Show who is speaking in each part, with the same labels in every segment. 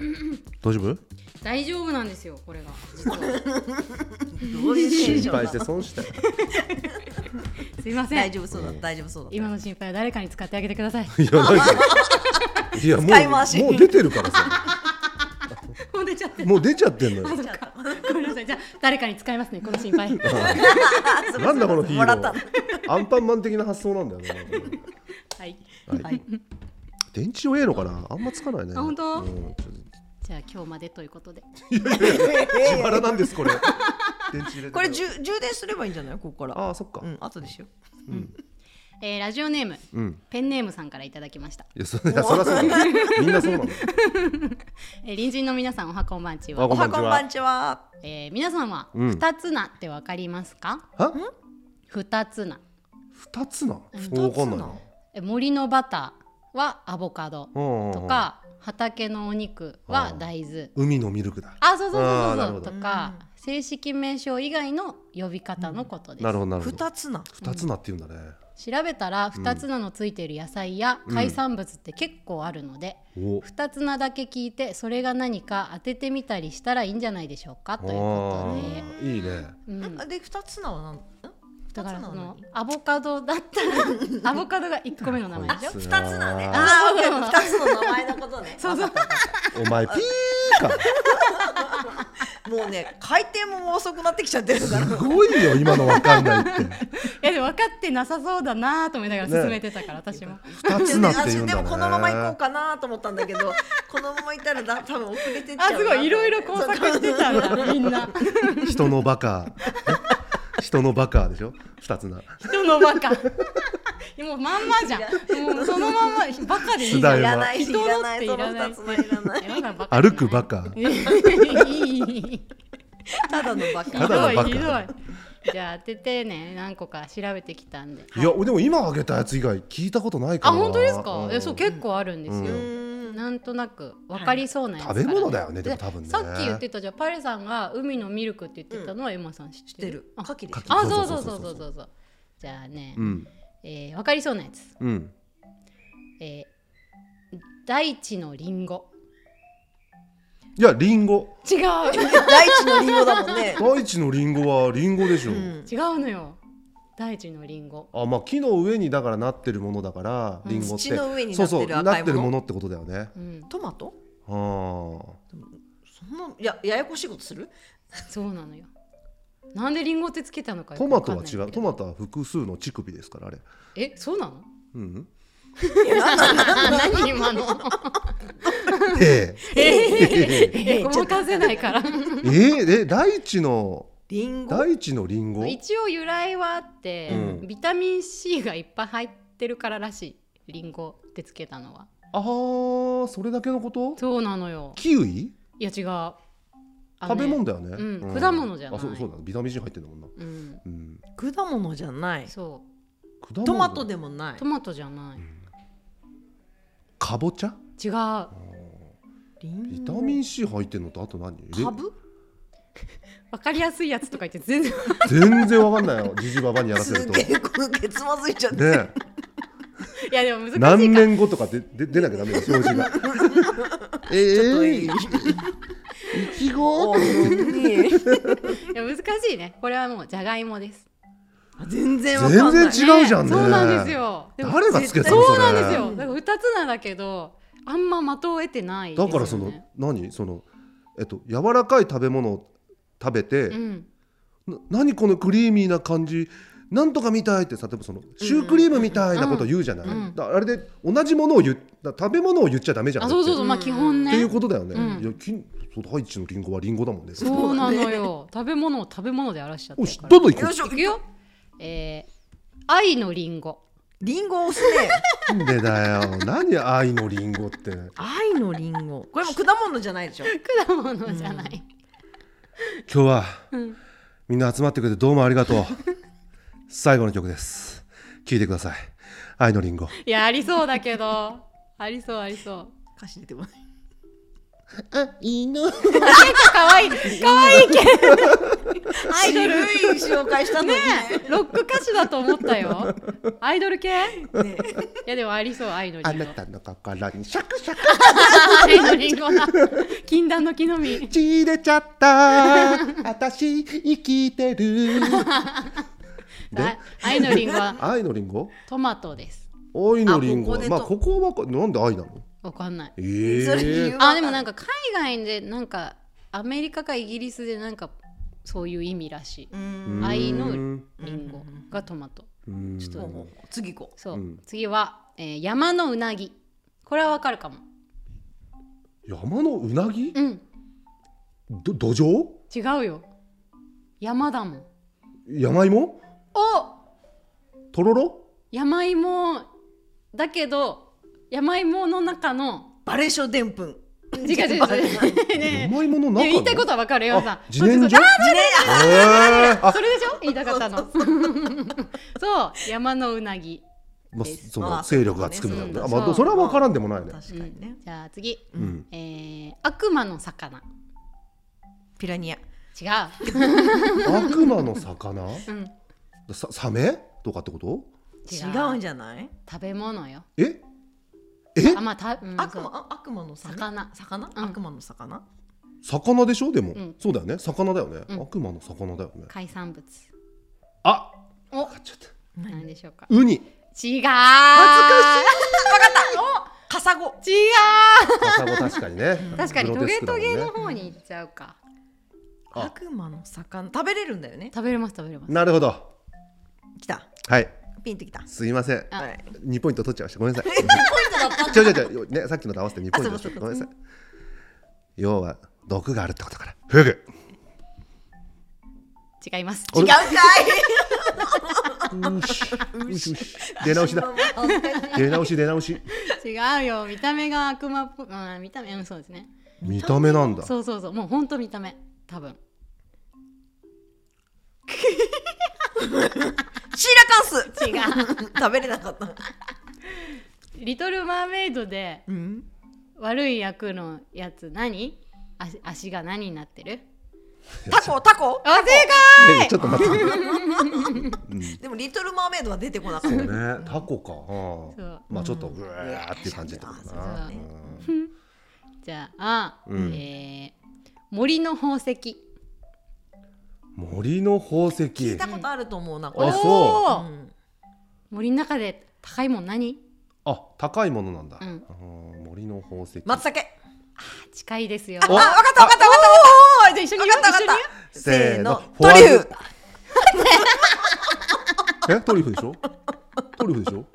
Speaker 1: 大丈夫
Speaker 2: 大丈夫なんですよこれが実は
Speaker 3: どうい
Speaker 1: 心
Speaker 3: う心情
Speaker 1: 配
Speaker 3: だ
Speaker 1: して損したよ
Speaker 2: すいませ
Speaker 3: 大
Speaker 2: ん
Speaker 3: 丈夫そうだった大丈夫そうだった
Speaker 2: 今の心配は誰かに使ってあげてください
Speaker 1: いやなんかいやも
Speaker 3: 使い回し
Speaker 1: うもう出てるからさ
Speaker 2: もう出ちゃってる
Speaker 1: もう出ちゃってんのよ
Speaker 2: あそっかごめんなさいじゃあ誰かに使いますねこの心配
Speaker 1: なんだこのヒー
Speaker 3: もら
Speaker 1: ロ
Speaker 3: ったの
Speaker 1: ーアンパンマン的な発想なんだよね
Speaker 2: はい
Speaker 1: はい
Speaker 3: はい
Speaker 1: 電池用ええのかなあんまつかないね
Speaker 2: あ本当
Speaker 1: うんちょっと
Speaker 2: じゃあ今日までということで
Speaker 1: 自腹なんですこれ電池入 れて
Speaker 3: これ充充電すればいいんじゃないここから
Speaker 1: ああそっか
Speaker 3: うん後でしよ
Speaker 2: えーラジオネーム、
Speaker 1: うん
Speaker 2: ペンネームさんからいただきました、
Speaker 1: いやそいやそりゃそうだみんなそうなんだ
Speaker 2: えー隣人の皆さんおはこんばんち
Speaker 1: お
Speaker 2: は
Speaker 3: うお
Speaker 1: は
Speaker 3: は
Speaker 1: こ
Speaker 3: こ
Speaker 1: ん
Speaker 3: ん
Speaker 1: ば
Speaker 3: ば
Speaker 1: ん
Speaker 3: んちは
Speaker 2: えー皆さんは
Speaker 1: うん
Speaker 2: 二つなってわかりますか、
Speaker 1: は
Speaker 2: 二つな
Speaker 1: 二つなん
Speaker 2: 二つ
Speaker 1: わかんないな
Speaker 2: え森のバターはアボカド
Speaker 1: うんうんうん
Speaker 2: とか畑のお肉は大豆
Speaker 1: 海のミルクだ
Speaker 2: あそうそう
Speaker 1: あー
Speaker 2: そう
Speaker 1: なる
Speaker 2: そ
Speaker 1: ほ
Speaker 2: う
Speaker 1: ど
Speaker 2: そうとか正式名称以外の呼び方のことです、
Speaker 1: なるほどなるほど
Speaker 3: 二つな
Speaker 1: 二つなって言うんだね
Speaker 2: 調べたら二つなのついている野菜や
Speaker 1: ん
Speaker 2: 海産物って結構あるので、
Speaker 1: お
Speaker 2: 二つなだけ聞いてそれが何か当ててみたりしたらいいんじゃないでしょうかという
Speaker 1: あ
Speaker 2: こ
Speaker 1: ーいいね
Speaker 2: とで、うん、
Speaker 3: で二つなは何ん
Speaker 2: だからその
Speaker 3: 二
Speaker 2: アボカドだったら アボカドが一個目の名前でしょ
Speaker 1: こい
Speaker 3: つ
Speaker 1: つ
Speaker 3: なはね
Speaker 1: は
Speaker 3: あーオッケー二つの名前のことね
Speaker 2: そうそう
Speaker 1: お前ピーか
Speaker 3: もうね回転も遅くなってきちゃってるから
Speaker 1: すごいよ今のわかんない って
Speaker 2: えでも分かってなさそうだなと思いながら進めてたから、私も
Speaker 1: 二つなって言うん
Speaker 3: で
Speaker 1: だ
Speaker 3: も
Speaker 1: ね
Speaker 3: このまま行こうかなと思ったんだけ どこのまま行ったらだ多分遅れてっち
Speaker 2: あ
Speaker 3: ゃう
Speaker 2: すごいいろいろ工作してたんだみんな
Speaker 1: 人のバカ え人のバカでしょ二つな
Speaker 2: 人のバカもうまんまじゃんもうそのまんまバカでいいじ
Speaker 1: 津田
Speaker 2: ゃん
Speaker 1: よ
Speaker 3: いらないい
Speaker 2: 人
Speaker 3: ら
Speaker 2: の
Speaker 3: な
Speaker 2: っ
Speaker 3: い
Speaker 2: てい
Speaker 3: その
Speaker 2: らない
Speaker 3: 二つのいらない
Speaker 2: えまだバカ
Speaker 1: 歩
Speaker 2: じゃない
Speaker 1: くバカ
Speaker 2: いいいい
Speaker 3: ただのバカ
Speaker 1: ただのバカ
Speaker 2: ひどいひどいじゃあ当ててね何個か調べてきたんで
Speaker 1: いやでも今あげたやつ以外聞いたことないか
Speaker 2: あ
Speaker 1: もな
Speaker 2: 本当ですか
Speaker 1: ん
Speaker 2: えそう結構あるんですよ、なんとなく分かりそうなやつから、
Speaker 1: 食べ物だよねでも多分ね
Speaker 2: さっき言ってたじゃあパレさんが海のミルクって言ってたのはエマさん知っ
Speaker 3: 知ってて
Speaker 2: る、
Speaker 3: るカキでしょ
Speaker 1: 牡蠣
Speaker 2: あそうそうそうそう
Speaker 1: そう
Speaker 2: そうそうじゃあね、
Speaker 1: うん
Speaker 2: えー、分かりそうなやつ、
Speaker 1: うん
Speaker 2: えー、大地のリンゴ
Speaker 1: いやリンゴ
Speaker 2: 違う
Speaker 3: 大地のリンゴだもんね
Speaker 1: 大地のリンゴはリンゴでしょ、
Speaker 3: うん
Speaker 2: 違うのよ大地のリンゴ
Speaker 1: あまあ木の上にだからなってるものだからリンゴって、
Speaker 3: 土の上に
Speaker 1: そう
Speaker 3: なってる
Speaker 1: そ
Speaker 3: 赤
Speaker 1: うな
Speaker 3: いもの
Speaker 1: ってるものってことだよね
Speaker 2: うん
Speaker 3: トマト
Speaker 1: あー
Speaker 3: そんなやややこしいことする
Speaker 2: そうなのよなんでリンゴってつけたのかよく
Speaker 1: トマ
Speaker 2: わか
Speaker 1: ト
Speaker 2: んな
Speaker 1: はい違うトマトは複数の乳首ですからあれ
Speaker 2: えそうなの
Speaker 1: うん
Speaker 2: あ 何今の
Speaker 1: えええ え
Speaker 2: えごまかせないから
Speaker 1: えええ大地の
Speaker 3: リンゴ
Speaker 1: 大地のリンゴ
Speaker 2: 一応由来はあって、
Speaker 1: うん
Speaker 2: ビタミン C がいっぱい入ってるかららしいリンゴってつけたのは
Speaker 1: ああそれだけのこと
Speaker 2: そうなのよ
Speaker 1: キウイ
Speaker 2: いや違うあのね
Speaker 1: 食べ物だよね、
Speaker 2: うん果物じゃない
Speaker 1: あそうそうだビタミン C 入ってんだもんな、
Speaker 2: うん
Speaker 1: うん、
Speaker 3: 果物じゃない
Speaker 2: そ
Speaker 1: 果物
Speaker 3: トマトでもないう
Speaker 2: トマトじゃない
Speaker 1: かぼちゃ
Speaker 2: 違う
Speaker 3: リンゴ
Speaker 1: ビタミン C 入ってんのとあと何え
Speaker 3: カブ
Speaker 2: わかりやすいやつとか言って全然
Speaker 1: 全然わかんないよ じじばばにやらせる
Speaker 3: す
Speaker 1: と
Speaker 3: げ
Speaker 1: ね
Speaker 3: えこのけつまずいちゃって
Speaker 1: え
Speaker 2: いやでも難しいから
Speaker 1: 何年後とかでで出なきゃダメ だよ表示がえ
Speaker 3: と
Speaker 1: え
Speaker 3: いい
Speaker 1: いち
Speaker 3: お
Speaker 1: ご
Speaker 3: ー
Speaker 2: いや難しいねこれはもうじゃがいもです
Speaker 3: 全然わか
Speaker 1: 全
Speaker 3: んな
Speaker 1: 然
Speaker 3: い
Speaker 1: 違うじゃんね
Speaker 2: そうなんですよでも
Speaker 1: 誰がつけたの
Speaker 2: そう
Speaker 1: それ
Speaker 2: なんですよだから二つなんだけどあんま的を得てないですよ
Speaker 1: だ
Speaker 2: ね
Speaker 1: からその何そのえっと柔らかい食べ物を食べて、
Speaker 2: うん
Speaker 1: な何このクリーミーな感じなんとかみたいって例えばそのシュークリームみたいなことを言うじゃない、
Speaker 2: うんうん
Speaker 1: だあれで同じものを言っだ食べ物を言っちゃダメじゃん
Speaker 2: あそうそう
Speaker 1: だ
Speaker 2: そう
Speaker 3: うん
Speaker 2: まあ基本
Speaker 1: ってってい
Speaker 2: ね
Speaker 1: うことだよね、
Speaker 2: うん
Speaker 1: いやきそう大地のリンゴはリンゴだもんね
Speaker 2: そうなのよ食べ物を食べ物で荒らしちゃって
Speaker 1: お
Speaker 2: る
Speaker 1: し
Speaker 2: から
Speaker 1: どんどん行こ
Speaker 3: よいしょ
Speaker 2: いくよえー愛のリンゴ
Speaker 3: リンゴを押すね
Speaker 1: うなんでだよ 何愛のリンゴって
Speaker 3: 愛のリンゴこれも果物じゃないでしょ
Speaker 2: 果物じゃない
Speaker 1: 今日は、みんな集まってくれてどうもありがとう最後の曲です聴いてください愛のリンゴ
Speaker 2: いやありそうだけどありそうありそう
Speaker 3: 歌詞出てこない
Speaker 1: あいいの
Speaker 2: 結構可愛い可愛いけど
Speaker 3: アイドルい紹介したのにね
Speaker 2: ロック歌手だと思ったよ。アイドル系
Speaker 3: ね
Speaker 2: いやでもありそう、愛のリンゴ。
Speaker 1: あなたの心にシャクシャク
Speaker 2: 愛のリンゴだ。禁断の木の実。
Speaker 1: 血出ちゃ った私生きてるで
Speaker 2: あ愛のリンゴは
Speaker 1: 愛のリンゴ
Speaker 2: トマトです。
Speaker 1: 愛のリンゴ
Speaker 3: あここでと
Speaker 1: まあここはこなんで愛なの
Speaker 2: わかんない。
Speaker 1: え
Speaker 3: それ理由
Speaker 1: ー、
Speaker 3: は
Speaker 2: あでもなんか海外でなんかアメリカかイギリスでなんかそういう意味らしい。
Speaker 3: う
Speaker 1: うんん
Speaker 2: 愛のリンゴがトマト。
Speaker 1: うん
Speaker 2: ちょっと
Speaker 3: ほうほう次行こ
Speaker 2: そう、
Speaker 1: うん
Speaker 2: 次は、えー山のうなぎ。これはわかるかも。
Speaker 1: 山のうなぎ
Speaker 2: うん、
Speaker 1: ど土壌
Speaker 2: 違うよ。山だもん。
Speaker 1: 山芋
Speaker 2: お、
Speaker 1: とろろ
Speaker 2: 山芋だけど山芋の中の
Speaker 3: うバレーションでんぷん
Speaker 2: 違う違う違う。 ね
Speaker 1: 山芋の中
Speaker 2: え、ねえ言いたいことはわかるよ。
Speaker 1: あ
Speaker 2: さん
Speaker 1: 自然薯
Speaker 2: そうそう
Speaker 3: あれ
Speaker 1: えー
Speaker 2: あ
Speaker 1: あ
Speaker 2: それでしょ言いたかったの。 そう、山のうなぎ。
Speaker 1: まあ、
Speaker 2: です
Speaker 1: そ
Speaker 3: ま
Speaker 1: の
Speaker 3: あ
Speaker 1: 勢力がつくみたいな、
Speaker 2: うん
Speaker 1: まあ、
Speaker 2: そう
Speaker 1: それは分からんでもないね。
Speaker 3: 確か
Speaker 2: うん
Speaker 3: にね
Speaker 2: じゃあ次、
Speaker 1: う
Speaker 3: うんん、
Speaker 2: えー悪魔の魚。
Speaker 3: ピラニア
Speaker 2: 違
Speaker 1: 悪魔の魚、
Speaker 2: う。うん、
Speaker 1: さサメとかってこと。
Speaker 2: 違
Speaker 3: 違
Speaker 2: う
Speaker 3: うんじゃない
Speaker 2: 食べ物よ。
Speaker 1: え。え
Speaker 2: あ、、まあ、た、うん、
Speaker 3: 悪
Speaker 2: そう
Speaker 3: 魔あ悪魔の
Speaker 2: 魚
Speaker 3: 魚
Speaker 2: うん
Speaker 3: 悪魔の魚
Speaker 1: 魚でしょ、でも、
Speaker 2: ん
Speaker 1: そうだよね、魚だよね、
Speaker 2: うん
Speaker 1: 悪魔の魚だよね。
Speaker 2: 海産物。
Speaker 1: あ、
Speaker 2: お
Speaker 1: 分、かっちゃった。
Speaker 2: 何でしょうか。
Speaker 1: ウニ、
Speaker 2: 違う。恥
Speaker 3: カサゴ
Speaker 2: ずかしい。違
Speaker 1: カサゴ確かにね。
Speaker 2: う。確かに
Speaker 1: グ
Speaker 2: ト
Speaker 1: ロテ
Speaker 2: ゲ
Speaker 1: スクだ
Speaker 2: ト
Speaker 1: もん
Speaker 2: ゲ
Speaker 1: ね
Speaker 2: の方に行っちゃうか。
Speaker 1: あ
Speaker 3: 悪魔の魚食べれるんだよね
Speaker 2: 食べれます食べれます。
Speaker 1: なるほど。
Speaker 3: 来た
Speaker 1: はい、
Speaker 3: ピンときた
Speaker 1: すいません。
Speaker 2: あ
Speaker 3: はい
Speaker 1: 二ポイント取っちゃいました。ごめんなさい。
Speaker 3: だった
Speaker 1: ちょいちょいちょい、ね、さっきのと合わせて二ポイントでし
Speaker 3: あ
Speaker 1: た。
Speaker 3: そう
Speaker 1: ご
Speaker 3: か
Speaker 1: めんなさい。要は毒があるってことから。フグ。
Speaker 2: 違います。
Speaker 1: あ
Speaker 3: 違う
Speaker 1: れ
Speaker 3: か
Speaker 1: うっしうっしうっし
Speaker 3: い
Speaker 1: 出直しだ。出直し出直し。
Speaker 2: 違うよ。見た目が悪魔っぽい。うん、見た目、うん、そうですね。
Speaker 1: 見た目なんだ。
Speaker 2: そうそうそう。もう本当見た目。多分。
Speaker 3: シーラカンス
Speaker 2: 違う。
Speaker 3: 食べれなかった
Speaker 2: リトルマーメイドで
Speaker 3: うん
Speaker 2: 悪い役のやつ何？足足が何になってる？
Speaker 3: タコタコ
Speaker 2: あ、正解。
Speaker 1: いやいやちょっと待って。
Speaker 3: でもリトルマーメイドは出てこなかっ
Speaker 1: そう
Speaker 3: た
Speaker 1: ね、タコか。うん
Speaker 2: そう
Speaker 1: まあちょっとうわーっていう感じってことかな。
Speaker 2: う
Speaker 1: うん
Speaker 2: じゃあ、
Speaker 1: うん
Speaker 2: えー森の宝石。
Speaker 1: 森の宝
Speaker 3: 聞
Speaker 1: 石
Speaker 3: いた。ことあると思うなこ
Speaker 1: あ、
Speaker 3: れ
Speaker 1: そう。
Speaker 2: う。
Speaker 3: うん
Speaker 2: 森の中で高いもん何？
Speaker 1: あ、高いものなんだ。
Speaker 2: うん
Speaker 1: うん森の宝石。
Speaker 3: 松茸
Speaker 2: あ近いですよ。
Speaker 3: あ、
Speaker 1: お
Speaker 3: わかったわかったわか
Speaker 2: あじゃあ一緒に言おう
Speaker 3: ったわかった
Speaker 2: 一緒に
Speaker 3: せーの
Speaker 1: ホワイト
Speaker 3: ト
Speaker 1: え、トリュフでしょ？トリュフでしょ？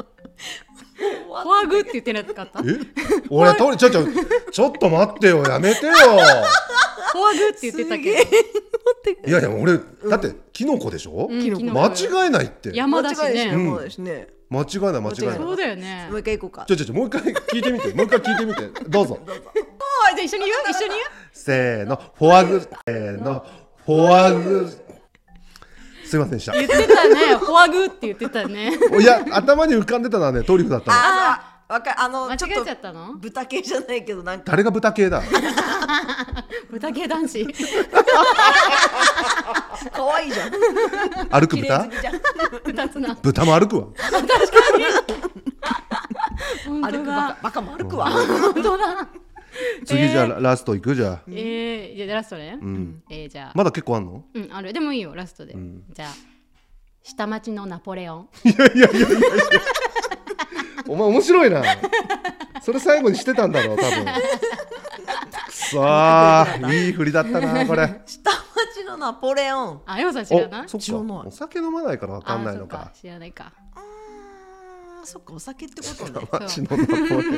Speaker 2: フォアグって言ってなかった。フォ
Speaker 1: え？俺トリちょちょちょっと待ってよ、やめてよ。
Speaker 2: アグって言ってたけ
Speaker 1: いやいや、俺だってキノコでしょ
Speaker 2: ど。？うん
Speaker 3: キノコ
Speaker 1: 間違えないって。間違
Speaker 2: 山だし
Speaker 3: 間違い
Speaker 2: ね。
Speaker 3: ないそうですね
Speaker 1: えない間違えない。
Speaker 2: そうだよね。
Speaker 3: もう一回行こうか
Speaker 1: ちょちょちょもう一回聞いてみて、もう一回聞いてみて、どうぞ。
Speaker 2: あじゃあ一緒に言う一緒に言う
Speaker 1: せーの、フォアグ、せーの、フォアグ。すいませんでした。
Speaker 2: 言ってたね、フォアグって言ってた ね。
Speaker 1: いや、頭に浮かんでたのはね、トリュフだったの。
Speaker 3: ああわかあ
Speaker 2: 間
Speaker 3: の
Speaker 2: 違
Speaker 3: ちょっ
Speaker 2: えちゃ
Speaker 3: と
Speaker 2: ったの
Speaker 3: 豚系じゃないけどなんか
Speaker 1: 誰が豚系だ。
Speaker 2: 豚系男子。
Speaker 3: 可愛いじ ゃん
Speaker 1: 歩く
Speaker 3: 綺麗好
Speaker 1: 豚。
Speaker 3: きじゃん
Speaker 2: 二つな。
Speaker 1: 豚も歩くわ。
Speaker 2: 本
Speaker 3: 歩
Speaker 2: 当
Speaker 3: くバ
Speaker 2: だ
Speaker 3: カ。バカも歩くわ
Speaker 2: 本当だ。
Speaker 1: 次じゃあ、
Speaker 2: えー
Speaker 1: ラストいくじゃあ。
Speaker 2: えー、じゃあラストね。
Speaker 1: うん。
Speaker 2: えー、じゃあ、
Speaker 1: まだ結構あんの。
Speaker 2: うん、ある。でもいいよ、ラストで。
Speaker 1: ん
Speaker 2: じゃあ、下町のナポレオン。
Speaker 1: いやいやいやいやいや。お前面白いな。それ最後にしてたんだろう、多分。くそー、いい振りだったな、これ。
Speaker 3: 下町のナポレオン
Speaker 2: あ、エモさん知らない
Speaker 1: お、そっ
Speaker 3: 知らない
Speaker 1: か。お酒飲まないから、わかんないの
Speaker 2: あそっ
Speaker 1: か。
Speaker 2: 知らないか。
Speaker 3: あーそっかお酒ってことね
Speaker 1: マジのナポレオン確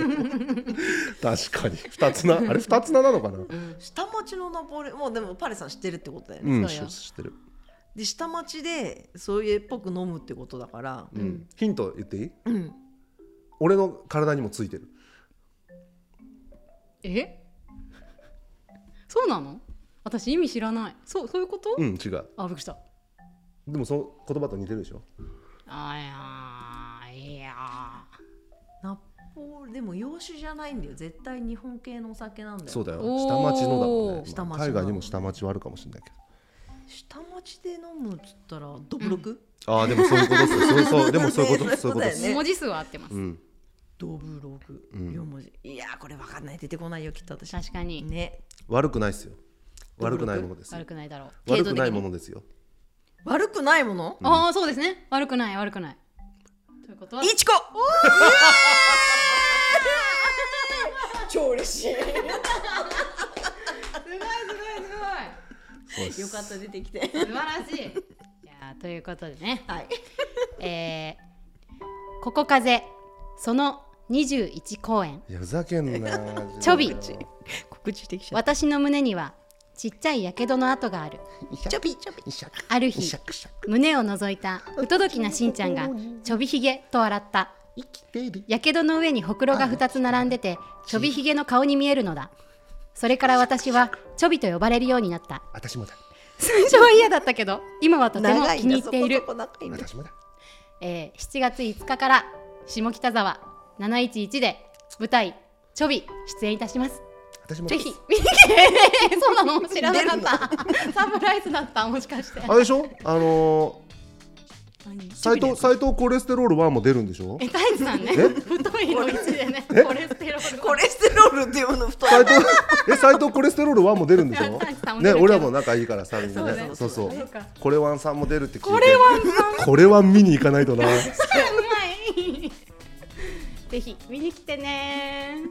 Speaker 1: かに二つなあれ二つななのかな
Speaker 3: 下町のナポレオンもうでもパレさん知ってるってことだよね、
Speaker 1: うん
Speaker 2: そうよ
Speaker 1: 知ってる、
Speaker 3: で下町でそういうっぽく飲むってことだから
Speaker 1: うんヒント言っていい
Speaker 3: うん
Speaker 1: 俺の体にもついてる
Speaker 2: えそうなの私意味知らない。そう、そういうこと、
Speaker 1: うん違う
Speaker 2: あ、びっくりした。
Speaker 1: でもその言葉と似てるでしょ
Speaker 2: あーいやーいや
Speaker 3: ナポでも洋酒じゃないんだよ絶対日本系のお酒なんだよ
Speaker 1: そうだよ
Speaker 2: おー
Speaker 1: 下町のだもんね、
Speaker 3: 下町
Speaker 1: まあ海
Speaker 3: の
Speaker 1: 外にも下町はあるかもしれないけど
Speaker 3: 下町で飲むっつったらドブロク、
Speaker 1: ああでもそういうことっすそうそうでもそういうことっすそ
Speaker 3: そ
Speaker 1: いこ
Speaker 3: うういううこと
Speaker 1: と
Speaker 3: だ
Speaker 1: っ
Speaker 3: よ
Speaker 1: す
Speaker 3: ね
Speaker 2: 文字数は合ってます、
Speaker 1: うん
Speaker 3: ドブロク、
Speaker 1: うん
Speaker 3: 四文字いやーこれわかんない出てこないよきっと私
Speaker 2: 確かに、
Speaker 3: ね
Speaker 1: 悪くないっすよ悪くないものです
Speaker 2: 悪くないだろう
Speaker 1: 悪くないも
Speaker 2: の
Speaker 1: のですよ
Speaker 3: 悪くないもの
Speaker 2: ああそうですね悪くない悪くないということはい
Speaker 3: ちこ 超嬉し
Speaker 2: す
Speaker 3: い
Speaker 2: ごいすごいす
Speaker 1: そうです
Speaker 3: よかった出てきて
Speaker 2: ごい素晴らしいいやーということでね
Speaker 3: はい
Speaker 2: えー、ここ風その21公演
Speaker 1: いやふざけんな
Speaker 2: ちょび
Speaker 3: 告知できちっ
Speaker 2: 私の胸にはちっちゃいやけどの跡がある
Speaker 3: たちょびちょび
Speaker 2: ある日胸を覗いた不届きなしんちゃんがちょびひげと笑った
Speaker 1: 生きてる
Speaker 2: やけどの上にほくろが2つ並んでてちょびひげの顔に見えるのだそれから私はちょびと呼ばれるようになった
Speaker 1: 私もだ
Speaker 2: 最初は嫌だったけど今はとても
Speaker 3: 長い
Speaker 2: 気
Speaker 3: ん
Speaker 2: に入
Speaker 3: だそ
Speaker 2: ってい
Speaker 3: こそ
Speaker 2: る
Speaker 3: こ長いんだ
Speaker 1: 私もだ
Speaker 2: えー7月5日から下北沢711で舞台「ちょび」出演いたします
Speaker 1: 私もだ
Speaker 2: ぜひ見に来て そうなの知らなかったサプライズだったもしかして
Speaker 1: あれでしょあのー、
Speaker 3: ちょ
Speaker 1: 斎
Speaker 3: びだ
Speaker 1: 藤
Speaker 3: よ
Speaker 1: 斎藤コレステロール1も出るんでしょ
Speaker 2: え太一さんね
Speaker 1: え
Speaker 2: 太いの位置でねコレステロール
Speaker 3: コレステロールっていうの太い
Speaker 1: 斎藤 え斎藤コレステロール1も出るんでし
Speaker 2: いや斎藤さん
Speaker 1: ょ
Speaker 2: も
Speaker 1: ね
Speaker 2: 出る
Speaker 1: 俺
Speaker 2: けど
Speaker 1: らも仲いいから3人
Speaker 2: そう
Speaker 1: で
Speaker 2: ね
Speaker 1: ねそうそう
Speaker 2: そうか
Speaker 1: コレワンさんも出るって聞いて
Speaker 2: これはう
Speaker 1: これは見に行かないとな
Speaker 2: まいぜひ見に来てね